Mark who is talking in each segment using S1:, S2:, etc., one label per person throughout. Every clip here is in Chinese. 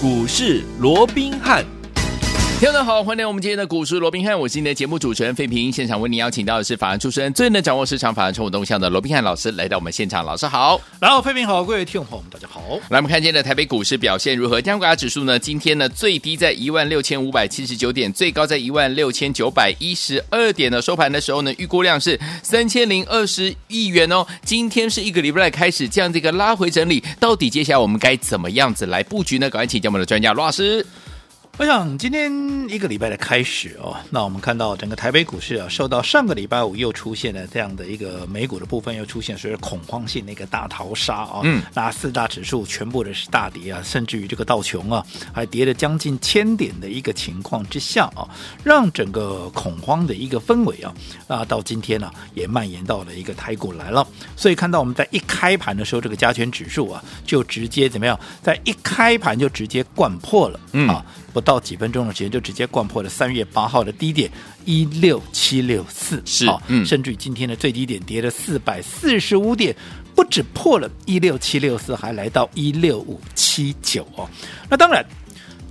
S1: 股市罗宾汉。
S2: 听众们好，欢迎来到我们今天的股市罗宾汉，我是你的节目主持人费平。现场为您邀请到的是法案出身、最能掌握市场法案冲股动向的罗宾汉老师，来到我们现场。老师好，
S3: 然后，飞平好，各位听众朋友们，大家好。
S2: 来我们看今天的台北股市表现如何？加权指数呢？今天呢最低在一万六千五百七十九点，最高在一万六千九百一十二点呢。收盘的时候呢，预估量是三千零二十亿元哦。今天是一个礼拜开始这样的一个拉回整理，到底接下来我们该怎么样子来布局呢？赶快请教我们的专家罗老师。
S3: 我想今天一个礼拜的开始哦，那我们看到整个台北股市啊，受到上个礼拜五又出现了这样的一个美股的部分又出现所谓恐慌性的一个大逃杀啊，
S2: 嗯，
S3: 那四大指数全部的是大跌啊，甚至于这个道琼啊，还跌了将近千点的一个情况之下啊，让整个恐慌的一个氛围啊，那到今天呢、也蔓延到了一个台股来了，所以看到我们在一开盘的时候，这个加权指数啊，就直接怎么样，在一开盘就直接灌破了，
S2: 嗯
S3: 啊。不到几分钟的时间就直接灌破了三月八号的低点一六七六四，啊
S2: 是
S3: 好
S2: 嗯
S3: 甚至于今天的最低点跌了四百四十五点，不止破了一六七六四，还来到一六五七九哦。那当然，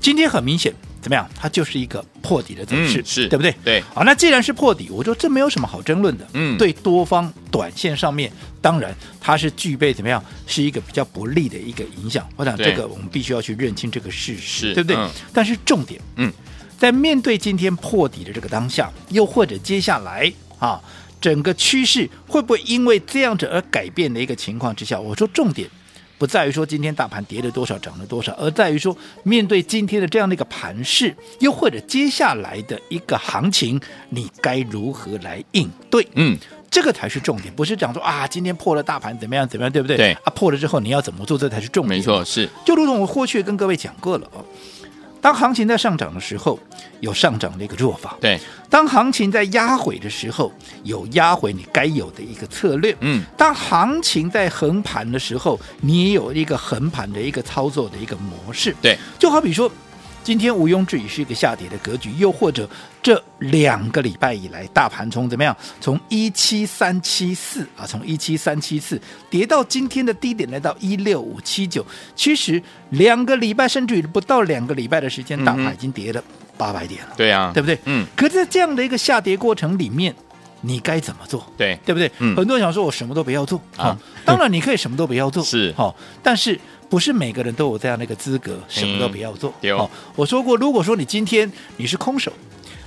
S3: 今天很明显。怎么样？它就是一个破底的走势，
S2: 嗯是
S3: 对不对？
S2: 对
S3: 好，那既然是破底，我说这没有什么好争论的。
S2: 嗯
S3: 对多方短线上面，当然它是具备怎么样，是一个比较不利的一个影响。我想
S2: 对
S3: 这个我们必须要去认清这个事实，
S2: 是
S3: 对不对？
S2: 嗯
S3: 但是重点，
S2: 嗯，
S3: 在面对今天破底的这个当下，又或者接下来啊，整个趋势会不会因为这样子而改变的一个情况之下，我说重点。不在于说今天大盘跌了多少，涨了多少，而在于说面对今天的这样的一个盘势，又或者接下来的一个行情，你该如何来应对？
S2: 嗯，
S3: 这个才是重点，不是讲说啊，今天破了大盘怎么样怎么样，对不对？
S2: 对
S3: 啊，破了之后你要怎么做，这才是重点。
S2: 没错，是
S3: 就如同我过去跟各位讲过了哦，当行情在上涨的时候，有上涨的一个做法；
S2: 对，
S3: 当行情在压回的时候，有压回你该有的一个策略。
S2: 嗯，
S3: 当行情在横盘的时候，你也有一个横盘的一个操作的一个模式。
S2: 对，
S3: 就好比说，今天毋庸置疑是一个下跌的格局，又或者这两个礼拜以来，大盘从怎么样，从一七三七四啊，从一七三七四跌到今天的低点，来到一六五七九。其实两个礼拜，甚至于不到两个礼拜的时
S2: 嗯
S3: 间，大盘已经跌了八百点了，
S2: 对啊，
S3: 对不对？
S2: 嗯，
S3: 可是在这样的一个下跌过程里面，你该怎么做？
S2: 对，
S3: 对不对？
S2: 嗯
S3: 很多人想说我什么都不要做
S2: 啊
S3: 啊、当然你可以什么都不要做，
S2: 是
S3: 好、但是不是每个人都有这样的一个资格，什么都不要做。
S2: 对哦
S3: 我说过，如果说你今天你是空手。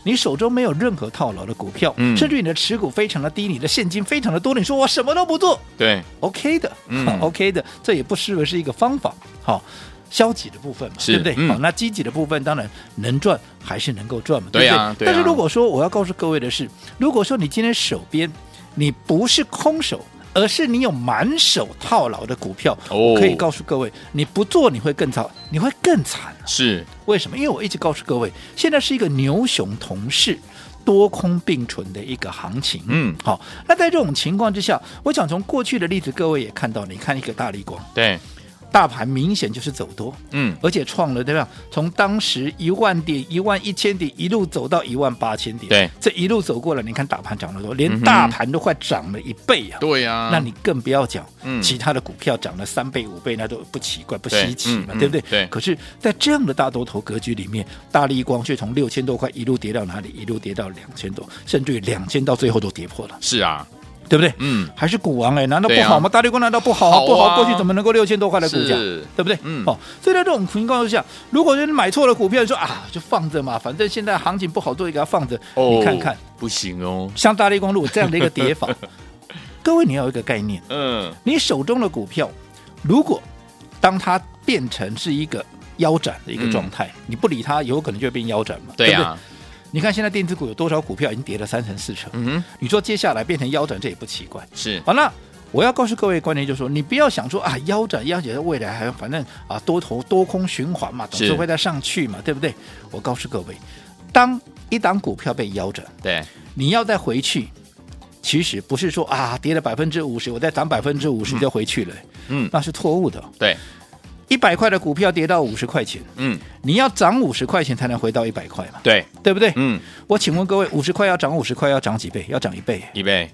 S3: 你手中没有任何套牢的股票，
S2: 嗯
S3: 甚至你的持股非常的低，你的现金非常的多，你说我什么都不做，
S2: 对，
S3: OK 的，
S2: 嗯
S3: 好 o k 的，这也不失为是一个方法，好、消极的部分嘛，
S2: 是
S3: 对不对？
S2: 嗯
S3: 好，那积极的部分当然能赚还是能够赚嘛，
S2: 对
S3: 不对？
S2: 啊对啊
S3: 但是如果说我要告诉各位的是，如果说你今天手边你不是空手，而是你有满手套牢的股票，
S2: 哦
S3: 我可以告诉各位，你不做你会更惨，你会更惨、
S2: 是，
S3: 为什么？因为我一直告诉各位，现在是一个牛熊同势、多空并存的一个行情。
S2: 嗯，
S3: 好，那在这种情况之下，我想从过去的例子，各位也看到，你看一个大力光，
S2: 对，
S3: 大盘明显就是走多，
S2: 嗯，
S3: 而且创了对吧？从当时一万点、一万一千点一路走到一万八千点，
S2: 对，嗯
S3: 这一路走过来，你看大盘涨了多，连大盘都快涨了一倍啊呀、
S2: 对呀、
S3: 那你更不要讲，
S2: 啊嗯
S3: 其他的股票涨了三倍五倍，那都不奇怪、不稀奇嘛，
S2: 对嗯
S3: 对不对
S2: 嗯？对
S3: 可是，在这样的大多头格局里面，大力光却从六千多块一路跌到哪里？一路跌到两千多，甚至于两千到最后都跌破了，
S2: 是啊，
S3: 对不对？
S2: 嗯，
S3: 还是股王哎、难道
S2: 对
S3: 不
S2: 啊
S3: 好吗？大力光难道不好吗？
S2: 好啊
S3: 不好，过去怎么能够六千多块的股价
S2: 是，
S3: 对不对？
S2: 嗯
S3: 哦，所以在这种情况之下，如果说你买错了股票，你说啊，就放着嘛，反正现在行情不好，都给它放着。你看看，
S2: 哦不行哦，
S3: 像大力光如果这样的一个跌 法，各位你要有一个概念，
S2: 嗯，
S3: 你手中的股票，如果当它变成是一个腰斩的一个状态，你不理它，有可能就会变腰斩嘛，
S2: 嗯对啊呀、
S3: 不对？你看现在电子股有多少股票已经跌了三成四成，
S2: 嗯哼，
S3: 你说接下来变成腰斩，这也不奇怪。
S2: 是，
S3: 好，那我要告诉各位观念就是说，你不要想说啊，腰斩腰斩，未来还有反正啊多头多空循环嘛，总
S2: 是
S3: 是会再上去嘛，对不对？我告诉各位，当一档股票被腰斩，
S2: 对，
S3: 你要再回去，其实不是说啊跌了百分之五十，我再涨百分之五十就回去了，
S2: 嗯，
S3: 那是错误的。
S2: 对，
S3: 一百块的股票跌到五十块钱，
S2: 嗯，
S3: 你要涨五十块钱才能回到一百块嘛，
S2: 对，
S3: 对不对？
S2: 嗯，
S3: 我请问各位，五十块要涨五十块，要涨几倍？要涨一倍。
S2: 一倍，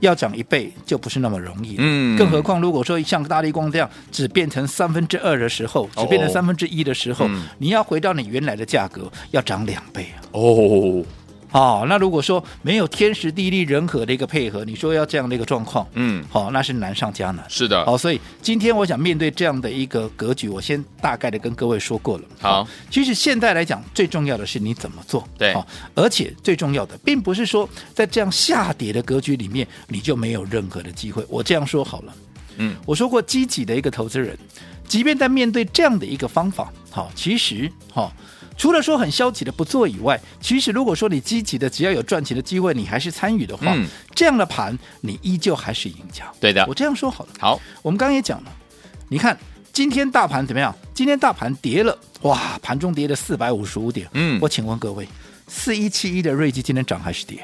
S3: 要涨一倍就不是那么容易了。
S2: 嗯
S3: 更何况如果说像大力光这样只变成三分之二的时候，只变成
S2: 哦
S3: 三分之一的时候，
S2: 嗯
S3: 你要回到你原来的价格，要涨两倍啊！
S2: 哦，
S3: 哦，那如果说没有天时地利人和的一个配合，你说要这样的一个状况，
S2: 嗯，
S3: 好、那是难上加难。
S2: 是的，
S3: 好，所以今天我想面对这样的一个格局，我先大概的跟各位说过了。
S2: 好
S3: 其实现在来讲，最重要的是你怎么做。
S2: 对
S3: 好，而且最重要的，并不是说在这样下跌的格局里面，你就没有任何的机会。我这样说好了，
S2: 嗯，
S3: 我说过，积极的一个投资人，即便在面对这样的一个方法，好，其实好。除了说很消极的不做以外，其实如果说你积极的，只要有赚钱的机会，你还是参与的话，
S2: 嗯
S3: 这样的盘你依旧还是赢家。
S2: 对的
S3: 我这样说好了。
S2: 好，
S3: 我们刚刚也讲了，你看今天大盘怎么样？今天大盘跌了，哇，盘中跌了四百五十五点。
S2: 嗯
S3: 我请问各位，四一七一的瑞基今天涨还是跌？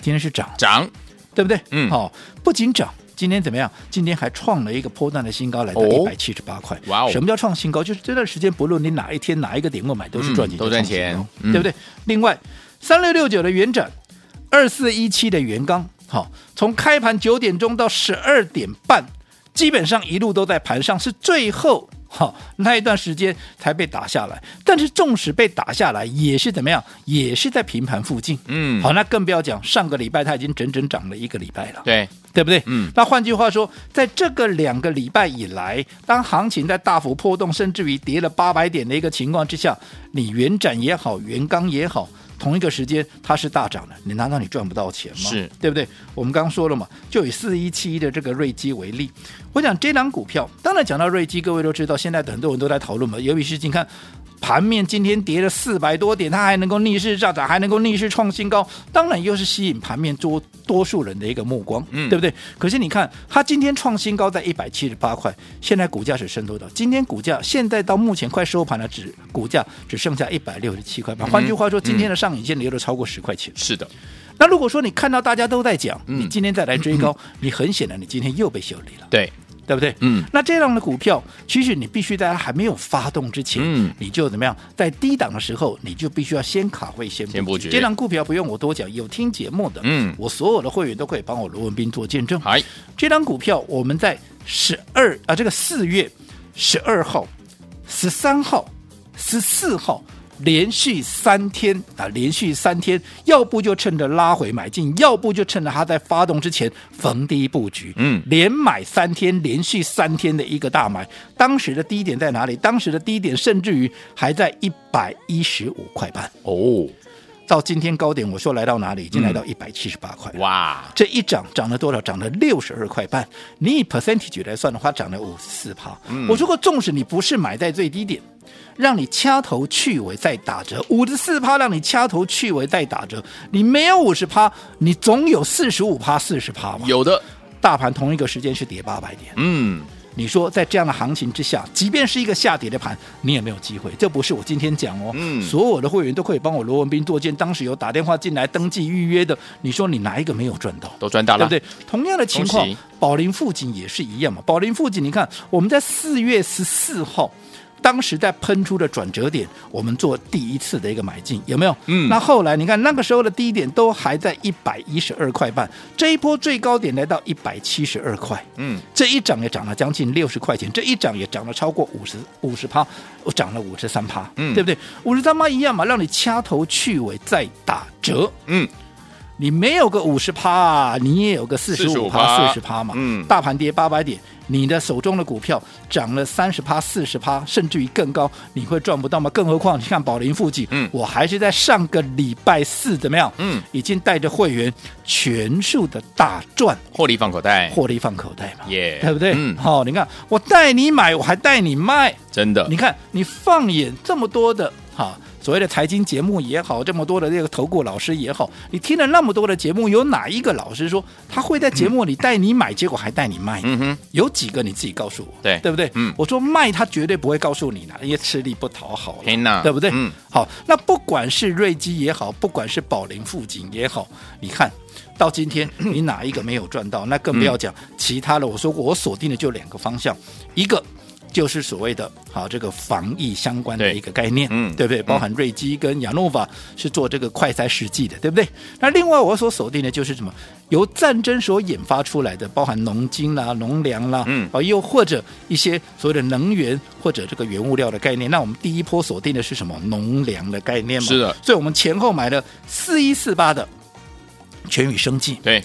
S3: 今天是涨，
S2: 涨，
S3: 对不对？
S2: 嗯
S3: 好、不仅涨。今天怎么样？今天还创了一个波段的新高，来到一
S2: 哦
S3: 百七十八块。
S2: 哇哦
S3: 什么叫创新高？就是这段时间，不论你哪一天哪一个点位买，都是赚钱、
S2: 嗯都赚钱
S3: 就创新高
S2: 嗯
S3: 对不对？另外，三六六九的元展，二四一七的元刚，好、从开盘九点钟到十二点半，基本上一路都在盘上，是最后好、那一段时间才被打下来。但是纵使被打下来，也是怎么样？也是在平盘附近。
S2: 嗯
S3: 好，那更不要讲上个礼拜它已经整整涨了一个礼拜了。
S2: 对，
S3: 对不对？
S2: 嗯
S3: 那换句话说，在这个两个礼拜以来，当行情在大幅波动，甚至于跌了八百点的一个情况之下，你原展也好，原钢也好，同一个时间它是大涨的，你难道你赚不到钱吗？
S2: 是，
S3: 对不对？我们刚刚说了嘛，就以四一七一的这个瑞基为例，我讲这档股票，当然讲到瑞基，各位都知道，现在很多人都在讨论嘛，尤其是你看。盘面今天跌了四百多点，它还能够逆势上涨，还能够逆势创新高，当然又是吸引盘面多多数人的一个目光，
S2: 嗯
S3: 对不对？可是你看，它今天创新高在一百七十八块，现在股价只剩多少？今天股价现在到目前快收盘了，只股价只剩下一百六十七块
S2: 嗯
S3: 半。换句话说，今天的上影线留了超过十块钱。
S2: 是的，
S3: 那如果说你看到大家都在讲，
S2: 嗯
S3: 你今天再来追 高，你很显然你今天又被修理了，
S2: 对，
S3: 对不对？
S2: 嗯
S3: 那这样的股票，其实你必须在它还没有发动之前，
S2: 嗯
S3: 你就怎么样，在低档的时候，你就必须要先卡位，先
S2: 先布局
S3: 这档股票不用我多讲，有听节目的，
S2: 嗯
S3: 我所有的会员都可以帮我罗文斌做见证。
S2: 嗨，
S3: 这张股票我们在十二啊，这个四月十二号、十三号、十四号连续三天啊，连续三天，要不就趁着拉回买进，要不就趁着它在发动之前逢低布局，
S2: 嗯
S3: 连买三天，连续三天的一个大买。当时的低点在哪里？当时的低点甚至于还在一百一十五块半，
S2: 哦，
S3: 到今天高点，我说来到哪里？已经来到一百七十八块了。
S2: 哇，
S3: 这一涨涨了多少？涨了六十二块半。你以 percentage 来算的话，涨了五四趴。
S2: 嗯
S3: 我说过，纵使你不是买在最低点，让你掐头去尾再打折，五十四趴让你掐头去尾再打折，你没有五十趴，你总有四十五趴、四十趴嘛。
S2: 有的，
S3: 大盘同一个时间是跌八百点，
S2: 嗯，
S3: 你说在这样的行情之下，即便是一个下跌的盘，你也没有机会。这不是我今天讲哦，
S2: 嗯
S3: 所有的会员都可以帮我罗文斌作证，当时有打电话进来登记预约的，你说你哪一个没有赚到？
S2: 都赚大了，
S3: 对不对？同样的情况
S2: 恭喜，
S3: 宝林附近也是一样嘛。宝林附近，你看我们在四月十四号。当时在喷出的转折点，我们做第一次的一个买进，有没有？
S2: 嗯
S3: 那后来你看那个时候的低点都还在一百一十二块半，这一波最高点来到一百七十二块，
S2: 嗯，
S3: 这一涨也涨了将近六十块钱，这一涨也涨了超过五十五十趴，我涨了五十三趴，
S2: 嗯
S3: 对不对？五十三趴一样嘛，让你掐头去尾再打折，
S2: 嗯，
S3: 你没有个五十趴，你也有个四十五趴、
S2: 45%
S3: 四十趴嘛。
S2: 嗯
S3: 大盘跌八百点，你的手中的股票涨了三十趴、四十趴，甚至于更高，你会赚不到吗？更何况你看宝林附近，
S2: 嗯
S3: 我还是在上个礼拜四怎么样？
S2: 嗯，
S3: 已经带着会员全数的大赚，
S2: 获利放口袋，
S3: 获利放口袋嘛。
S2: 耶
S3: 对不对？
S2: 嗯
S3: 好、你看我带你买，我还带你卖，
S2: 真的
S3: 你，看，你放眼这么多的哈、所谓的财经节目也好，这么多的这个投顾老师也好，你听了那么多的节目，有哪一个老师说他会在节目里带你买，结果还带你卖？
S2: 嗯哼，
S3: 有几个你自己告诉我，
S2: 对
S3: 对不对？
S2: 嗯
S3: 我说卖他绝对不会告诉你的，因为吃力不讨好
S2: 天哪
S3: 了，对不对？
S2: 嗯，
S3: 好，那不管是瑞基也好，不管是宝林富锦也好，你看到今 天你哪一个没有赚到？那更不要讲其他的。我说过，我锁定的就两个方向，一个就是所谓的好这个防疫相关的
S2: 对
S3: 一个概念，
S2: 嗯
S3: 对不对？
S2: 嗯
S3: 包含瑞基跟亚诺法是做这个快筛试剂的，对不对？那另外我所锁定的就是什么？由战争所引发出来的，包含农经啦、农粮啦，
S2: 嗯
S3: 啊，又或者一些所谓的能源或者这个原物料的概念。那我们第一波锁定的是什么？农粮的概念嘛。
S2: 是的，
S3: 所以我们前后买了四一四八的全宇生技，
S2: 对，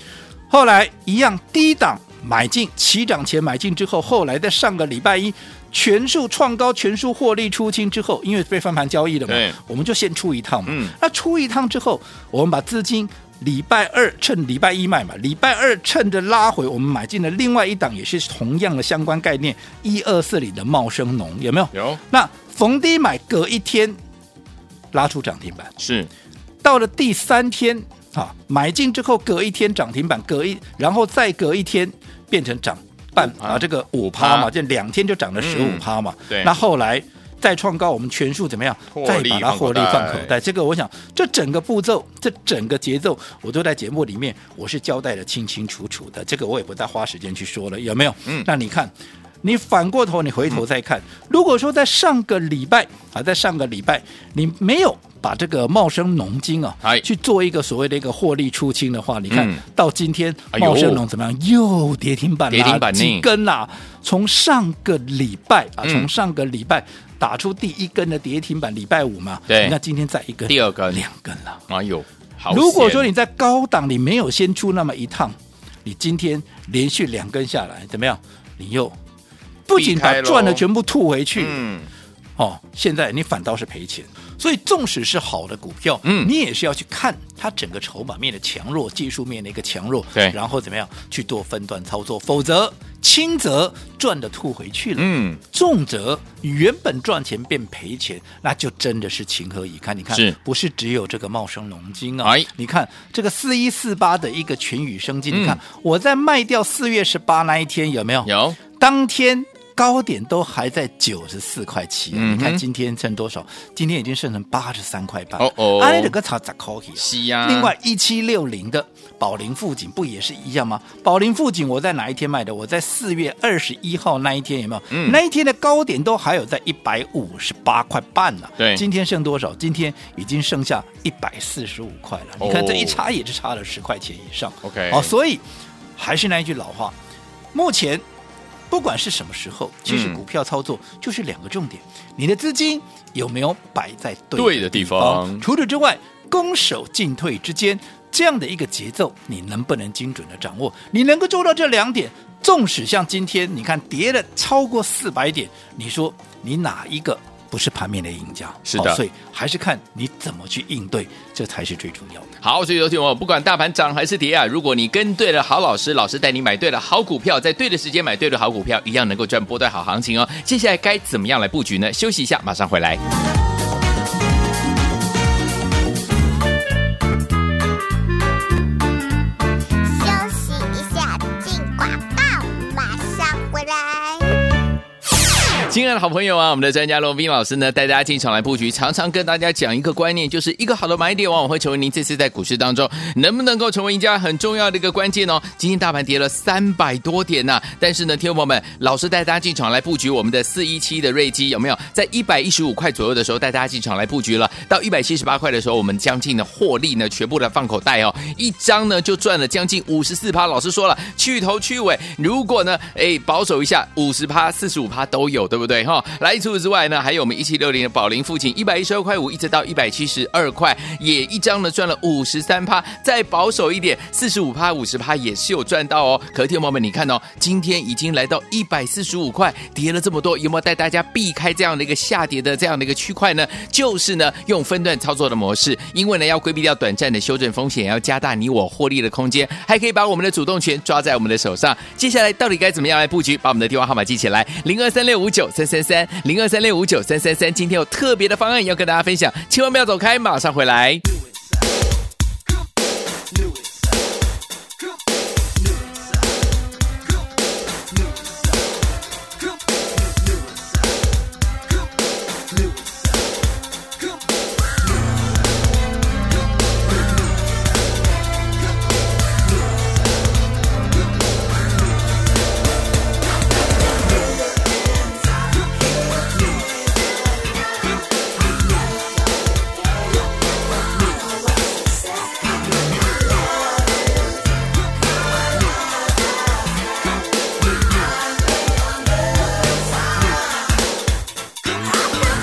S3: 后来一样低档买进，起涨前买进之后，后来在上个礼拜一全数创高，全数获利出清之后，因为被翻盘交易了嘛
S2: 对，
S3: 我们就先出一趟嘛。
S2: 嗯
S3: 那出一趟之后，我们把资金。礼拜二趁礼拜一卖嘛，礼拜二趁着拉回，我们买进了另外一档也是同样的相关概念，一二四里的茂生农有没有？
S2: 有
S3: 那逢低买，隔一天拉出涨停板。
S2: 是，
S3: 到了第三天啊，买进之后隔一天涨停板，隔一然后再隔一天变成涨半
S2: 5%
S3: 啊，这个五趴嘛，
S2: 啊
S3: 这两天就涨了十五趴嘛、
S2: 嗯对
S3: 那后来。再创高，我们全数怎么样
S2: 获？利
S3: 再把它
S2: 放口
S3: 获利放口
S2: 袋
S3: 袋。这个我想，这整个步骤，这整个节奏，我都在节目里面我是交代的清清楚楚的。这个我也不再花时间去说了，有没有？
S2: 嗯
S3: 那你看，你反过头，你回头再看，如果说在上个礼拜啊，在上个礼拜你没有把这个茂生农金啊
S2: 哎，
S3: 去做一个所谓的一个获利出清的话，你看、
S2: 嗯
S3: 到今天
S2: 哎呦
S3: 茂生农怎么样？又跌停板啦，
S2: 跌停板呢
S3: 几根啦、啊从上个礼拜啊，
S2: 嗯
S3: 从上个礼拜打出第一根的跌停板，礼拜五嘛，
S2: 对
S3: 你看今天再一根，
S2: 第二根
S3: 两根了。
S2: 哎呦，好险，
S3: 如果说你在高档你没有先出那么一趟，你今天连续两根下来怎么样？你又不仅
S2: 避
S3: 把
S2: 开咯
S3: 赚的全部吐回去，
S2: 嗯，
S3: 哦，现在你反倒是赔钱。所以纵使是好的股票，
S2: 嗯
S3: 你也是要去看它整个筹码面的强弱、技术面的一个强弱，
S2: 对
S3: 然后怎么样去做分段操作，否则轻则赚的吐回去了，
S2: 嗯，
S3: 重则原本赚钱变赔钱，那就真的是情何以堪？你看，
S2: 是
S3: 不是只有这个茂生农金啊？
S2: 哎
S3: 你看这个四一四八的一个群宇生金，
S2: 嗯
S3: 你看我在卖掉四月十八那一天有没有？
S2: 有
S3: 当天高点都还在九十四块七、啊
S2: 嗯哼
S3: 你看今天剩多少？今天已经剩成八十三块半。
S2: 哦哦
S3: 阿里的个差十块钱啊
S2: 是呀
S3: 另外一七六零的宝林富锦不也是一样吗？宝林富锦我在哪一天卖的？我在四月二十一号那一天有没有？
S2: 嗯
S3: 那一天的高点都还有在一百五十八块半呢、
S2: 对
S3: 今天剩多少？今天已经剩下一百四十五块了。你看
S2: 哦
S3: 这一差也是差了十块钱以上。
S2: OK
S3: 哦，所以还是那一句老话，目前不管是什么时候，其实
S2: 嗯
S3: 股票操作就是两个重点：你的资金有没有摆在
S2: 对
S3: 对
S2: 的
S3: 的
S2: 地
S3: 地
S2: 方
S3: 方？除此之外，攻守进退之间这样的一个节奏，你能不能精准的掌握？你能够做到这两点，纵使像今天你看跌了超过四百点，你说你哪一个？不是盘面的赢家，
S2: 是的
S3: 好所以还是看你怎么去应对，这才是最重要的。
S2: 好，所以有请我，不管大盘涨还是跌啊，如果你跟对了好老师，老师带你买对了好股票，在对的时间买对了好股票，一样能够赚波段好行情哦。接下来该怎么样来布局呢？休息一下，马上回来。
S4: 休息一下，进广告，马上回来。
S2: 亲爱的好朋友啊，我们的专家罗斌老师呢，带大家进场来布局，常常跟大家讲一个观念，就是一个好的买点往啊往会成为您这次在股市当中能不能够成为赢家很重要的一个关键哦。今天大盘跌了三百多点呐、但是呢，听众朋友们，老师带大家进场来布局我们的四一七的瑞基有没有？在一百一十五块左右的时候带大家进场来布局了，到一百七十八块的时候，我们将近的获利呢全部的放口袋哦，一张呢就赚了将近五十四趴。老师说了，去头去尾，如果呢，哎保守一下，五十趴、四十五趴都有，对不对哈、来，除此之外呢，还有我们一七六零的宝林附近一百一十二块五，一直到一百七十二块，也一张呢赚了五十三趴，再保守一点，四十五趴、五十趴也是有赚到哦。可是，听众朋友们，你看哦，今天已经来到一百四十五块，跌了这么多，有没有带大家避开这样的一个下跌的这样的一个区块呢？就是呢，用分段操作的模式，因为呢要规避掉短暂的修正风险，要加大你我获利的空间，还可以把我们的主动权抓在我们的手上。接下来到底该怎么样来布局？把我们的电话号码记起来，零二三六五九三三三，零二三六五九三三三。今天有特别的方案要跟大家分享，千万不要走开，马上回来。
S5: Come,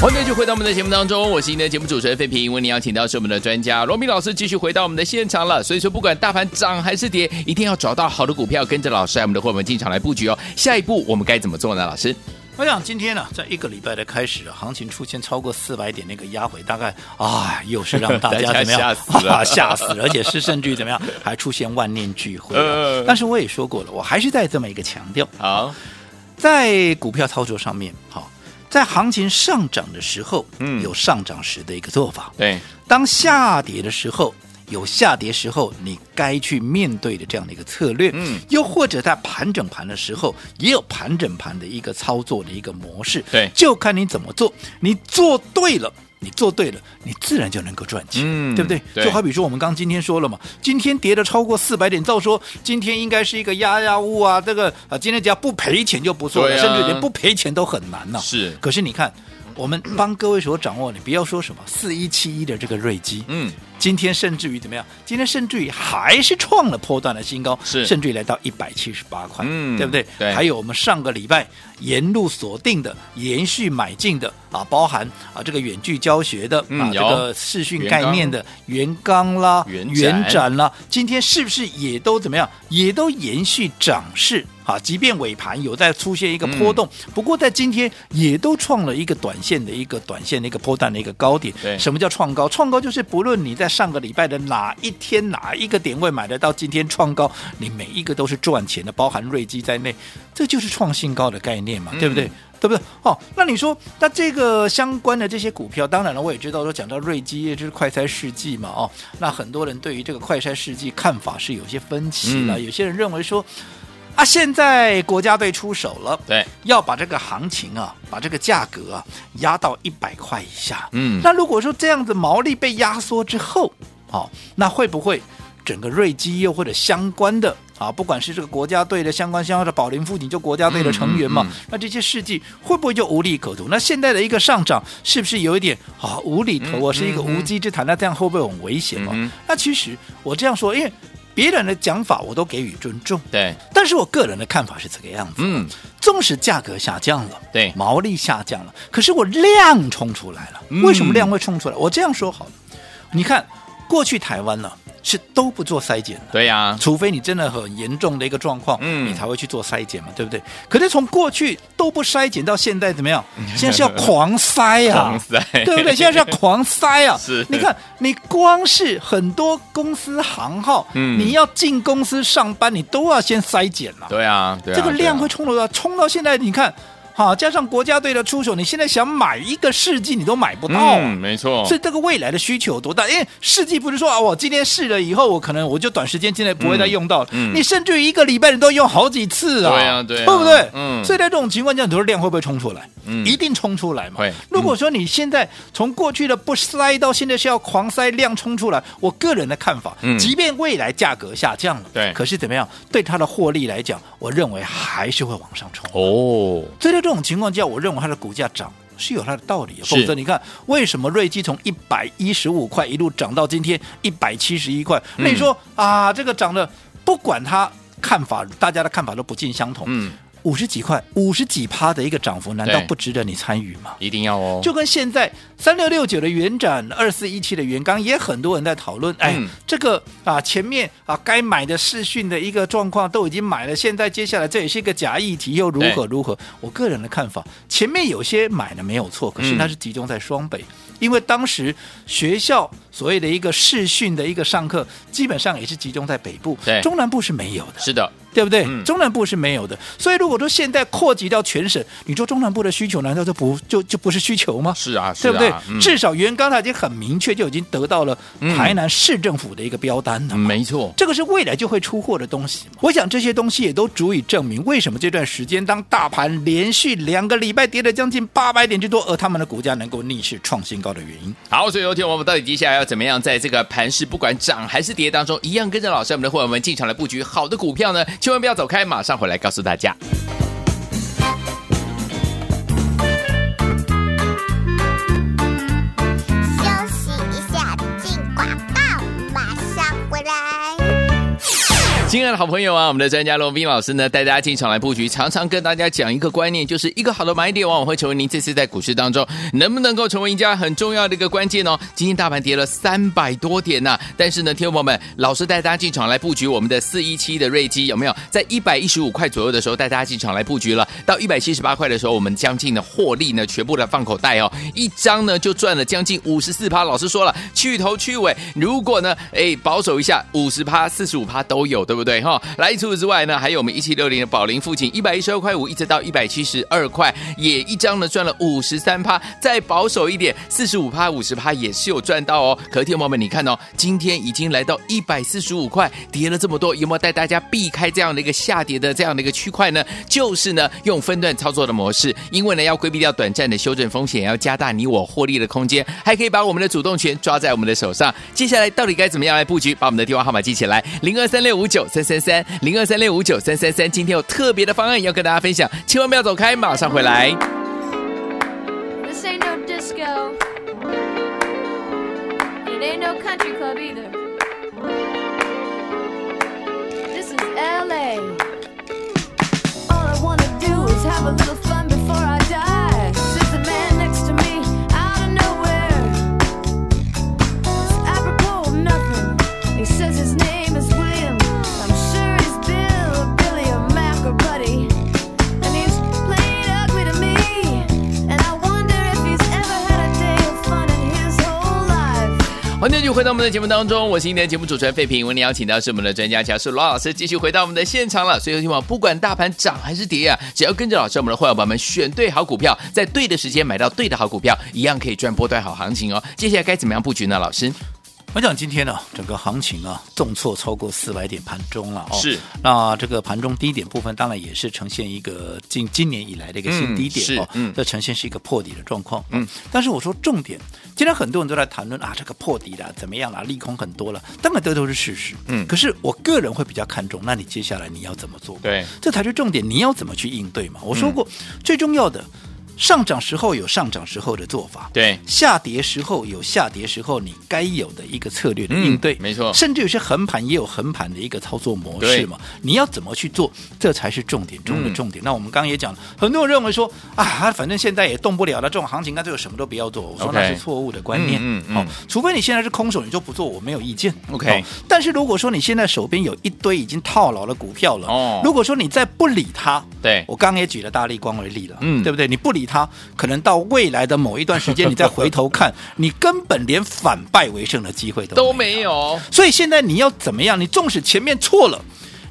S2: 欢迎继续回到我们的节目当中，我是您的节目主持人费平。为您邀请到是我们的专家罗明老师，继续回到我们的现场了。所以说，不管大盘涨还是跌，一定要找到好的股票，跟着老师还有我们的伙伴进场来布局哦。下一步我们该怎么做呢？老师，
S3: 我想今天呢、在一个礼拜的开始啊，行情出现超过四百点那个压回，大概啊，又是让大家
S2: 大家
S3: 怎么样
S2: 吓死 了
S3: 吓死了而且是甚至于怎么样，还出现万念俱 灰啊、
S2: 呃
S3: 但是我也说过了，我还是在这么一个强调，
S2: 好，
S3: 在股票操作上面，好，在行情上涨的时候，
S2: 嗯
S3: 有上涨时的一个做法，
S2: 对，
S3: 当下跌的时候，有下跌时候你该去面对的这样的一个策略，
S2: 嗯，
S3: 又或者在盘整盘的时候，也有盘整盘的一个操作的一个模式，
S2: 对
S3: 就看你怎么做，你做对了。你做对了，你自然就能够赚钱，
S2: 嗯
S3: 对不对？
S2: 对
S3: 就好比说我们刚今天说了嘛，今天跌的超过四百点，照说今天应该是一个压压物啊，这个啊，今天只要不赔钱就不错了，
S2: 对啊
S3: 甚至连不赔钱都很难呐、
S2: 是
S3: 可是你看，我们帮各位所掌握，你不要说什么四一七一的这个瑞基，
S2: 嗯，
S3: 今天甚至于怎么样？今天甚至于还是创了波段的新高，
S2: 是
S3: 甚至于来到一百七十八块，
S2: 嗯
S3: 对不对？
S2: 对
S3: 还有我们上个礼拜沿路锁定的、延续买进的啊，包含啊这个远距教学的、
S2: 嗯
S3: 啊这
S2: 有
S3: 个视讯概念的元刚啦、
S2: 元展
S3: 展啦，今天是不是也都怎么样？也都延续涨势。啊，即便尾盘有在出现一个
S2: 嗯
S3: 波动，不过在今天也都创了一个短线的一个短线的一个波段的一个高点。
S2: 对
S3: 什么叫创高？创高就是不论你在上个礼拜的哪一天哪一个点位买得到，今天创高，你每一个都是赚钱的，包含瑞基在内，这就是创新高的概念嘛，对不
S2: 嗯
S3: 对？对不对？哦，那你说，那这个相关的这些股票，当然了，我也知道说，讲到瑞基，也就是快筛试剂嘛，哦，那很多人对于这个快筛试剂看法是有些分歧了，
S2: 嗯
S3: 有些人认为说，啊，现在国家队出手了，
S2: 对，
S3: 要把这个行情啊，把这个价格啊压到一百块以下。
S2: 嗯
S3: 那如果说这样子毛利被压缩之后，好、那会不会整个瑞基又或者相关的啊，不管是这个国家队的相关相关的保龄附近就国家队的成员嘛，
S2: 嗯嗯
S3: 那这些事迹会不会就无利可图？那现在的一个上涨是不是有一点啊无厘头啊，
S2: 嗯
S3: 是一个无稽之谈？那这样会不会很危险哦？
S2: 嗯哼
S3: 那其实我这样说，因为别人的讲法我都给予尊重，
S2: 对，
S3: 但是我个人的看法是这个样子。
S2: 嗯，
S3: 纵使价格下降了，
S2: 对
S3: 毛利下降了，可是我量冲出来了。
S2: 嗯
S3: 为什么量会冲出来？我这样说好了，你看过去台湾呢是都不做筛检的。
S2: 对呀、
S3: 除非你真的很严重的一个状况，
S2: 嗯
S3: 你才会去做筛检嘛，对不对？可是从过去都不筛检到现在怎么样？现在是要狂筛啊，
S2: 嗯 狂塞，
S3: 对不对？现在是要狂塞啊！
S2: 是
S3: 你看，你光是很多公司行号，
S2: 嗯
S3: 你要进公司上班，你都要先筛检了、
S2: 对啊，对啊，
S3: 这个量会
S2: 对啊
S3: 冲到多少冲到现在，你看，好、加上国家队的出手，你现在想买一个试剂，你都买不到、啊。
S2: 嗯，没错，
S3: 所以这个未来的需求有多大？因为试剂不是说啊，我今天试了以后，我可能我就短时间之内不会再用到了。
S2: 嗯嗯
S3: 你甚至于一个礼拜你都用好几次啊，
S2: 对啊对啊
S3: 不对？
S2: 嗯
S3: 所以在这种情况下，你说量会不会冲出来？
S2: 嗯
S3: 一定冲出来嘛。
S2: 会
S3: 如果说你现在从过去的不塞到现在是要狂塞量冲出来，我个人的看法，
S2: 嗯
S3: 即便未来价格下降了，
S2: 对
S3: 可是怎么样对它的获利来讲，我认为还是会往上冲。
S2: 哦，
S3: 所以在这种情况下，我认为它的股价涨是有它的道理的，
S2: 是
S3: 否则你看为什么瑞基从一百一十五块一路涨到今天一百七十一块？
S2: 嗯
S3: 那你说、啊，这个涨的不管它看法，大家的看法都不尽相同。
S2: 嗯，
S3: 五十几块，五十几趴的一个涨幅，难道
S2: 对
S3: 不值得你参与吗？
S2: 一定要哦，
S3: 就跟现在三六六九的原展、二四一七的原刚，也很多人在讨论。哎，
S2: 嗯
S3: 这个啊，前面啊该买的视讯的一个状况都已经买了，现在接下来这也是一个假议题，又如何
S2: 对
S3: 如何？我个人的看法，前面有些买了没有错，可是
S2: 嗯
S3: 它是集中在双北，因为当时学校所谓的一个视讯的一个上课，基本上也是集中在北部
S2: 对，
S3: 中南部是没有的。
S2: 是的，
S3: 对不对？
S2: 嗯
S3: 中南部是没有的，所以如果说现在扩及到全省，你说中南部的需求难道就不就就不是需求吗？
S2: 是啊，是
S3: 对
S2: 啊
S3: 不对？
S2: 嗯
S3: 至少原刚他已经很明确，就已经得到了
S2: 嗯
S3: 台南市政府的一个标单了。
S2: 嗯没错，
S3: 这个是未来就会出货的东西嘛我想这些东西也都足以证明，为什么这段时间当大盘连续两个礼拜跌了将近八百点之多，而他们的股价能够逆势创新高的原因。
S2: 好，所以有天我们到底接下来要怎么样，在这个盘势不管涨还是跌当中，一样跟着老师我们的会员们进场来布局好的股票呢？千万不要走开，马上回来告诉大家。
S4: 休息一下，进广告，马上回来。
S2: 亲爱的好朋友啊，我们的专家罗斌老师呢，带大家进场来布局，常常跟大家讲一个观念，就是一个好的买点往往会成为您这次在股市当中能不能够成为赢家很重要的一个关键哦。今天大盘跌了三百多点呐、但是呢，听众朋友们，老师带大家进场来布局我们的四一七的瑞基有没有？在一百一十五块左右的时候带大家进场来布局了，到一百七十八块的时候，我们将近的获利呢全部的放口袋哦，一张呢就赚了将近五十四趴。老师说了，去头去尾，如果呢，哎保守一下五十趴、四十五趴都有，对不对哈、来，除此之外呢，还有我们一七六零的宝林附近一百一十二块五，一直到一百七十二块，也一张呢赚了五十三趴，再保守一点，四十五趴、五十趴也是有赚到哦。可是，听众朋友们，你看哦，今天已经来到一百四十五块，跌了这么多，有没有带大家避开这样的一个下跌的这样的一个区块呢？就是呢，用分段操作的模式，因为呢要规避掉短暂的修正风险，要加大你我获利的空间，还可以把我们的主动权抓在我们的手上。接下来到底该怎么样来布局？把我们的电话号码记起来，零二三六五九三三三，零二三六五九三三三。今天有特别的方案要跟大家分享，千万不要走开，马上回来。
S5: This ain't no disco. And it ain't no country club either. This is LA. All I wanna do is have a little fun before I die. Sits the man next to me out of nowhere. It's apropos of nothing. He says his name is William. I'm sure he's Bill, Billy, or Mac, or Buddy. And he's played ugly to me. And I wonder if he's ever had a day of fun in his whole life.
S2: 欢迎继续回到我们的节目当中，我是今天的节目主持人费平。为您邀请到是我们的专家乔世罗老师，继续回到我们的现场了。所以，今晚不管大盘涨还是跌啊，只要跟着老师，我们的会员宝们选对好股票，在对的时间买到对的好股票，一样可以赚波段好行情哦。接下来该怎么样布局呢？老师，
S3: 我讲今天呢、整个行情啊，重挫超过四百点盘中了哦。
S2: 是，
S3: 那这个盘中低点部分，当然也是呈现一个近今年以来的一个新低
S2: 嗯
S3: 点
S2: 是
S3: 哦。
S2: 嗯
S3: 这呈现是一个破底的状况。哦
S2: 嗯，
S3: 但是我说重点，今天很多人都在谈论啊，这个破底了怎么样啦，利空很多了，当然这都是事实。
S2: 嗯
S3: 可是我个人会比较看重，那你接下来你要怎么做？
S2: 对嗯
S3: 这才是重点，你要怎么去应对嘛？我说过，最重要的。上涨时候有上涨时候的做法，
S2: 对
S3: 下跌时候有下跌时候你该有的一个策略的
S2: 嗯
S3: 应对，
S2: 没错
S3: 甚至有些横盘也有横盘的一个操作模
S2: 对
S3: 式嘛，你要怎么去做，这才是重点中的
S2: 嗯
S3: 重点。那我们刚刚也讲了，很多人认为说啊，反正现在也动不了了，这种行情干脆有什么都不要做。我说
S2: OK
S3: 那是错误的观念，
S2: 嗯嗯嗯
S3: 好、除非你现在是空手，你就不做，我没有意见
S2: OK
S3: 好但是如果说你现在手边有一堆已经套牢的股票了，
S2: 哦
S3: 如果说你再不理它，
S2: 对
S3: 我刚刚也举了大力光为例了，
S2: 嗯
S3: 对不对？你不理它，可能到未来的某一段时间，你再回头 看，你根本连反败为胜的机会都
S2: 都
S3: 没
S2: 没有，
S3: 所以现在你要怎么样？你纵使前面错了，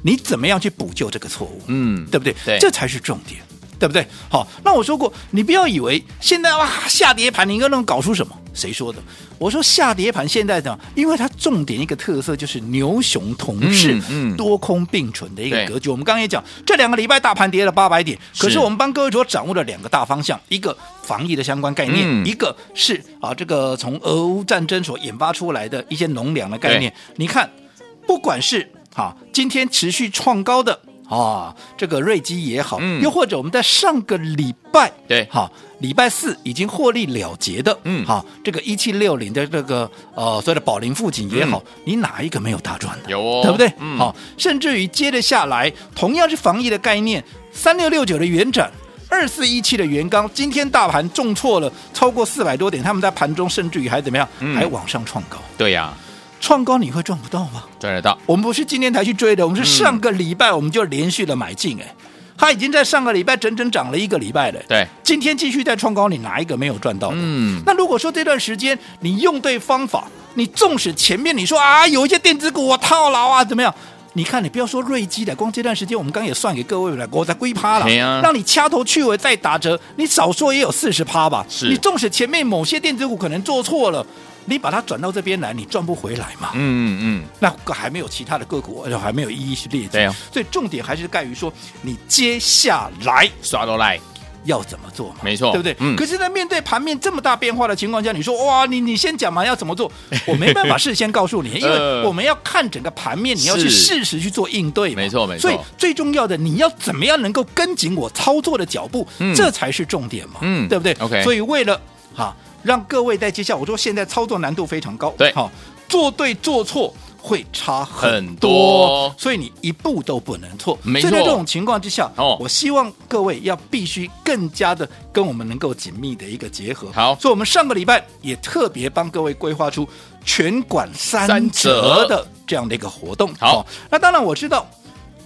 S3: 你怎么样去补救这个错误？
S2: 嗯
S3: 对不对？
S2: 对
S3: 这才是重点，对不对？好，那我说过，你不要以为现在哇下跌盘，你应该能搞出什么？谁说的？我说下跌盘现在呢，因为它重点一个特色就是牛熊同是，
S2: 嗯嗯
S3: 多空并存的一个
S2: 对
S3: 格局。我们刚刚也讲，这两个礼拜大盘跌了八百点，可
S2: 是
S3: 是我们帮各位所掌握了两个大方向，一个防疫的相关概念，
S2: 嗯
S3: 一个是啊这个从俄乌战争所引发出来的一些农粮的概念。你看，不管是啊今天持续创高的啊这个瑞基也好，
S2: 嗯
S3: 又或者我们在上个礼拜
S2: 对
S3: 好、礼拜四已经获利了结的，
S2: 嗯
S3: 好、这个一七六零的这个呃所谓的宝林附近也好，你哪一个没有大赚的？
S2: 嗯有哦
S3: 对不对？好、
S2: 嗯
S3: 甚至于接着下来，同样是防疫的概念，三六六九的元展。二四一七的元刚，今天大盘重挫了超过四百多点，他们在盘中甚至于还怎么样，
S2: 嗯
S3: 还往上创高。
S2: 对啊呀、
S3: 创高你会赚不到吗？
S2: 赚得到，
S3: 我们不是今天才去追的，我们是上个礼拜我们就连续的买进，哎，它已经在上个礼拜整整涨了一个礼拜了。哎
S2: 对，
S3: 今天继续在创高，你哪一个没有赚到的？
S2: 嗯
S3: 那如果说这段时间你用对方法，你纵使前面你说啊有一些电子股我套牢啊怎么样？你看，你不要说瑞基的，光这段时间我们刚刚也算给各位了，我才龟趴了，
S2: 对啊
S3: 让你掐头去尾再打折，你少说也有四十趴吧。
S2: 是
S3: 你纵使前面某些电子股可能做错了，你把它转到这边来，你赚不回来嘛。
S2: 嗯嗯，
S3: 那个还没有其他的个股，而且还没有一一去列举。
S2: 对啊
S3: 所以重点还是在于说，你接下来
S2: 刷都来，
S3: 要怎么做嘛？
S2: 没错
S3: 对不对？
S2: 嗯
S3: 可是，在面对盘面这么大变化的情况下，你说哇，你你先讲嘛，要怎么 做？我没办法事先告诉你，因为我们要看整个盘面，你要去
S2: 呃是
S3: 适时去做应对嘛。
S2: 没错没错
S3: 所以最重要的，你要怎么样能够跟紧我操作的脚步，
S2: 嗯
S3: 这才是重点嘛。
S2: 嗯
S3: 对不对
S2: OK
S3: 所以为了哈、让各位在接下来，我说现在操作难度非常高，
S2: 对
S3: 好、做对做错。会差
S2: 很
S3: 很
S2: 多
S3: 多，所以你一步都不能错。
S2: 没
S3: 所以在
S2: 错
S3: 这种情况之下，
S2: 哦
S3: 我希望各位要必须更加的跟我们能够紧密的一个结合。
S2: 好
S3: 所以我们上个礼拜也特别帮各位规划出全馆
S2: 三
S3: 三折
S2: 折
S3: 的这样的一个活动。哦
S2: 好
S3: 那当然我知道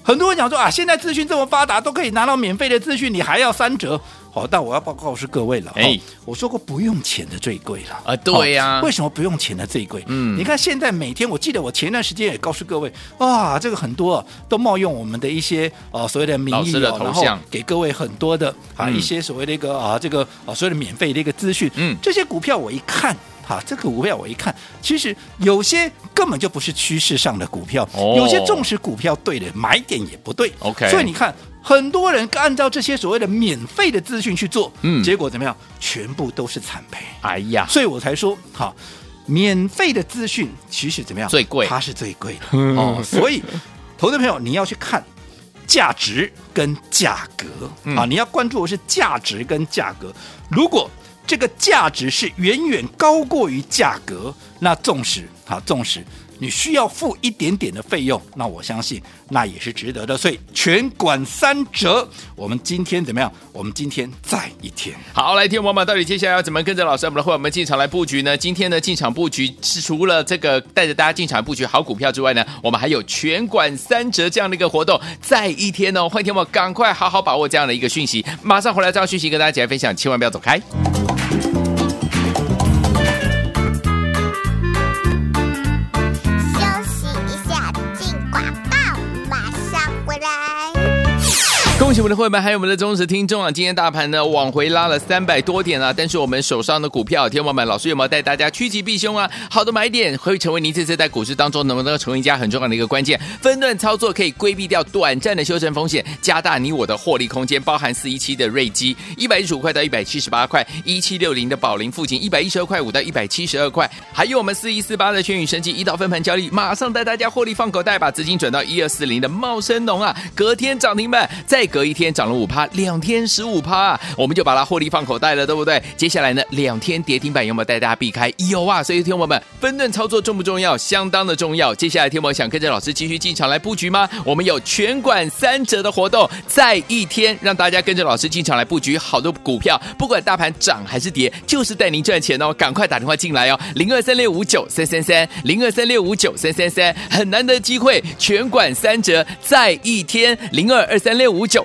S3: 很多人讲说啊，现在资讯这么发达，都可以拿到免费的资讯，你还要三折。好，但我要报告是各位了，
S2: 哎
S3: 哦我说过不用钱的最贵了
S2: 啊对呀
S3: 哦为什么不用钱的最贵？
S2: 嗯
S3: 你看现在每天，我记得我前段时间也告诉各位，哇，这个很多、啊、都冒用我们的一些呃所谓的名
S2: 老
S3: 义
S2: 师、的
S3: 哦，
S2: 头
S3: 然后
S2: 像
S3: 给各位很多的啊、
S2: 嗯
S3: 一些所谓的一个啊这个啊所谓的免费的一个资讯，
S2: 嗯
S3: 这些股票我一看。啊，这个股票我一看，其实有些根本就不是趋势上的股票，
S2: 哦
S3: 有些重视股票对的，买点也不对。
S2: OK
S3: 所以你看，很多人按照这些所谓的免费的资讯去做，
S2: 嗯
S3: 结果怎么样？全部都是惨赔。
S2: 哎呀，
S3: 所以我才说，好，免费的资讯其实怎么样？
S2: 最贵嗯
S3: 它是最贵的哦。所以，投资朋友你要去看价值跟价格、
S2: 嗯
S3: 啊，你要关注的是价值跟价格。如果这个价值是远远高过于价格，那纵使啊，纵使你需要付一点点的费用，那我相信那也是值得的。所以全馆三折，我们今天怎么样？我们今天再一天。
S2: 好，来，听众朋友们，到底接下来要怎么跟着老师我们的会员们进场来布局呢？今天呢，进场布局是除了这个带着大家进场布局好股票之外呢，我们还有全馆三折这样的一个活动，在一天哦，欢迎听众朋友们赶快好好把握这样的一个讯息，马上回来这样讯息跟大家一起来分享，千万不要走开。
S4: 休息一下，进广告，马上回来。
S2: 恭喜我们的会员，还有我们的忠实听众啊！今天大盘呢往回拉了三百多点啊，但是我们手上的股票，天王们老师有没有带大家趋吉避凶啊？好的买点会成为您这次在股市当中能不能够成为一家很重要的一个关键。分段操作可以规避掉短暂的修正风险，加大你我的获利空间，包含四一七的瑞基一百一十五块到一百七十八块，一七六零的宝林附近一百一十二块五到一百七十二块，还有我们四一四八的轩宇生技一到分盘交易，马上带大家获利放口袋，把资金转到一二四零的茂生农啊，隔天涨停板，再隔一天涨了五趴，两天十五趴，我们就把它获利放口袋了，对不对？接下来呢，两天跌停板有没有带大家避开？有啊，所以听我们分段操作重不重要？相当的重要。接下来天我想跟着老师继续进场来布局吗？我们有全馆三折的活动，在一天让大家跟着老师进场来布局好多股票，不管大盘涨还是跌，就是带您赚钱哦。赶快打电话进来哦，零二三六五九三三三，零二三六五九三三三，很难得机会，全馆三折，在一天，零二二三六五九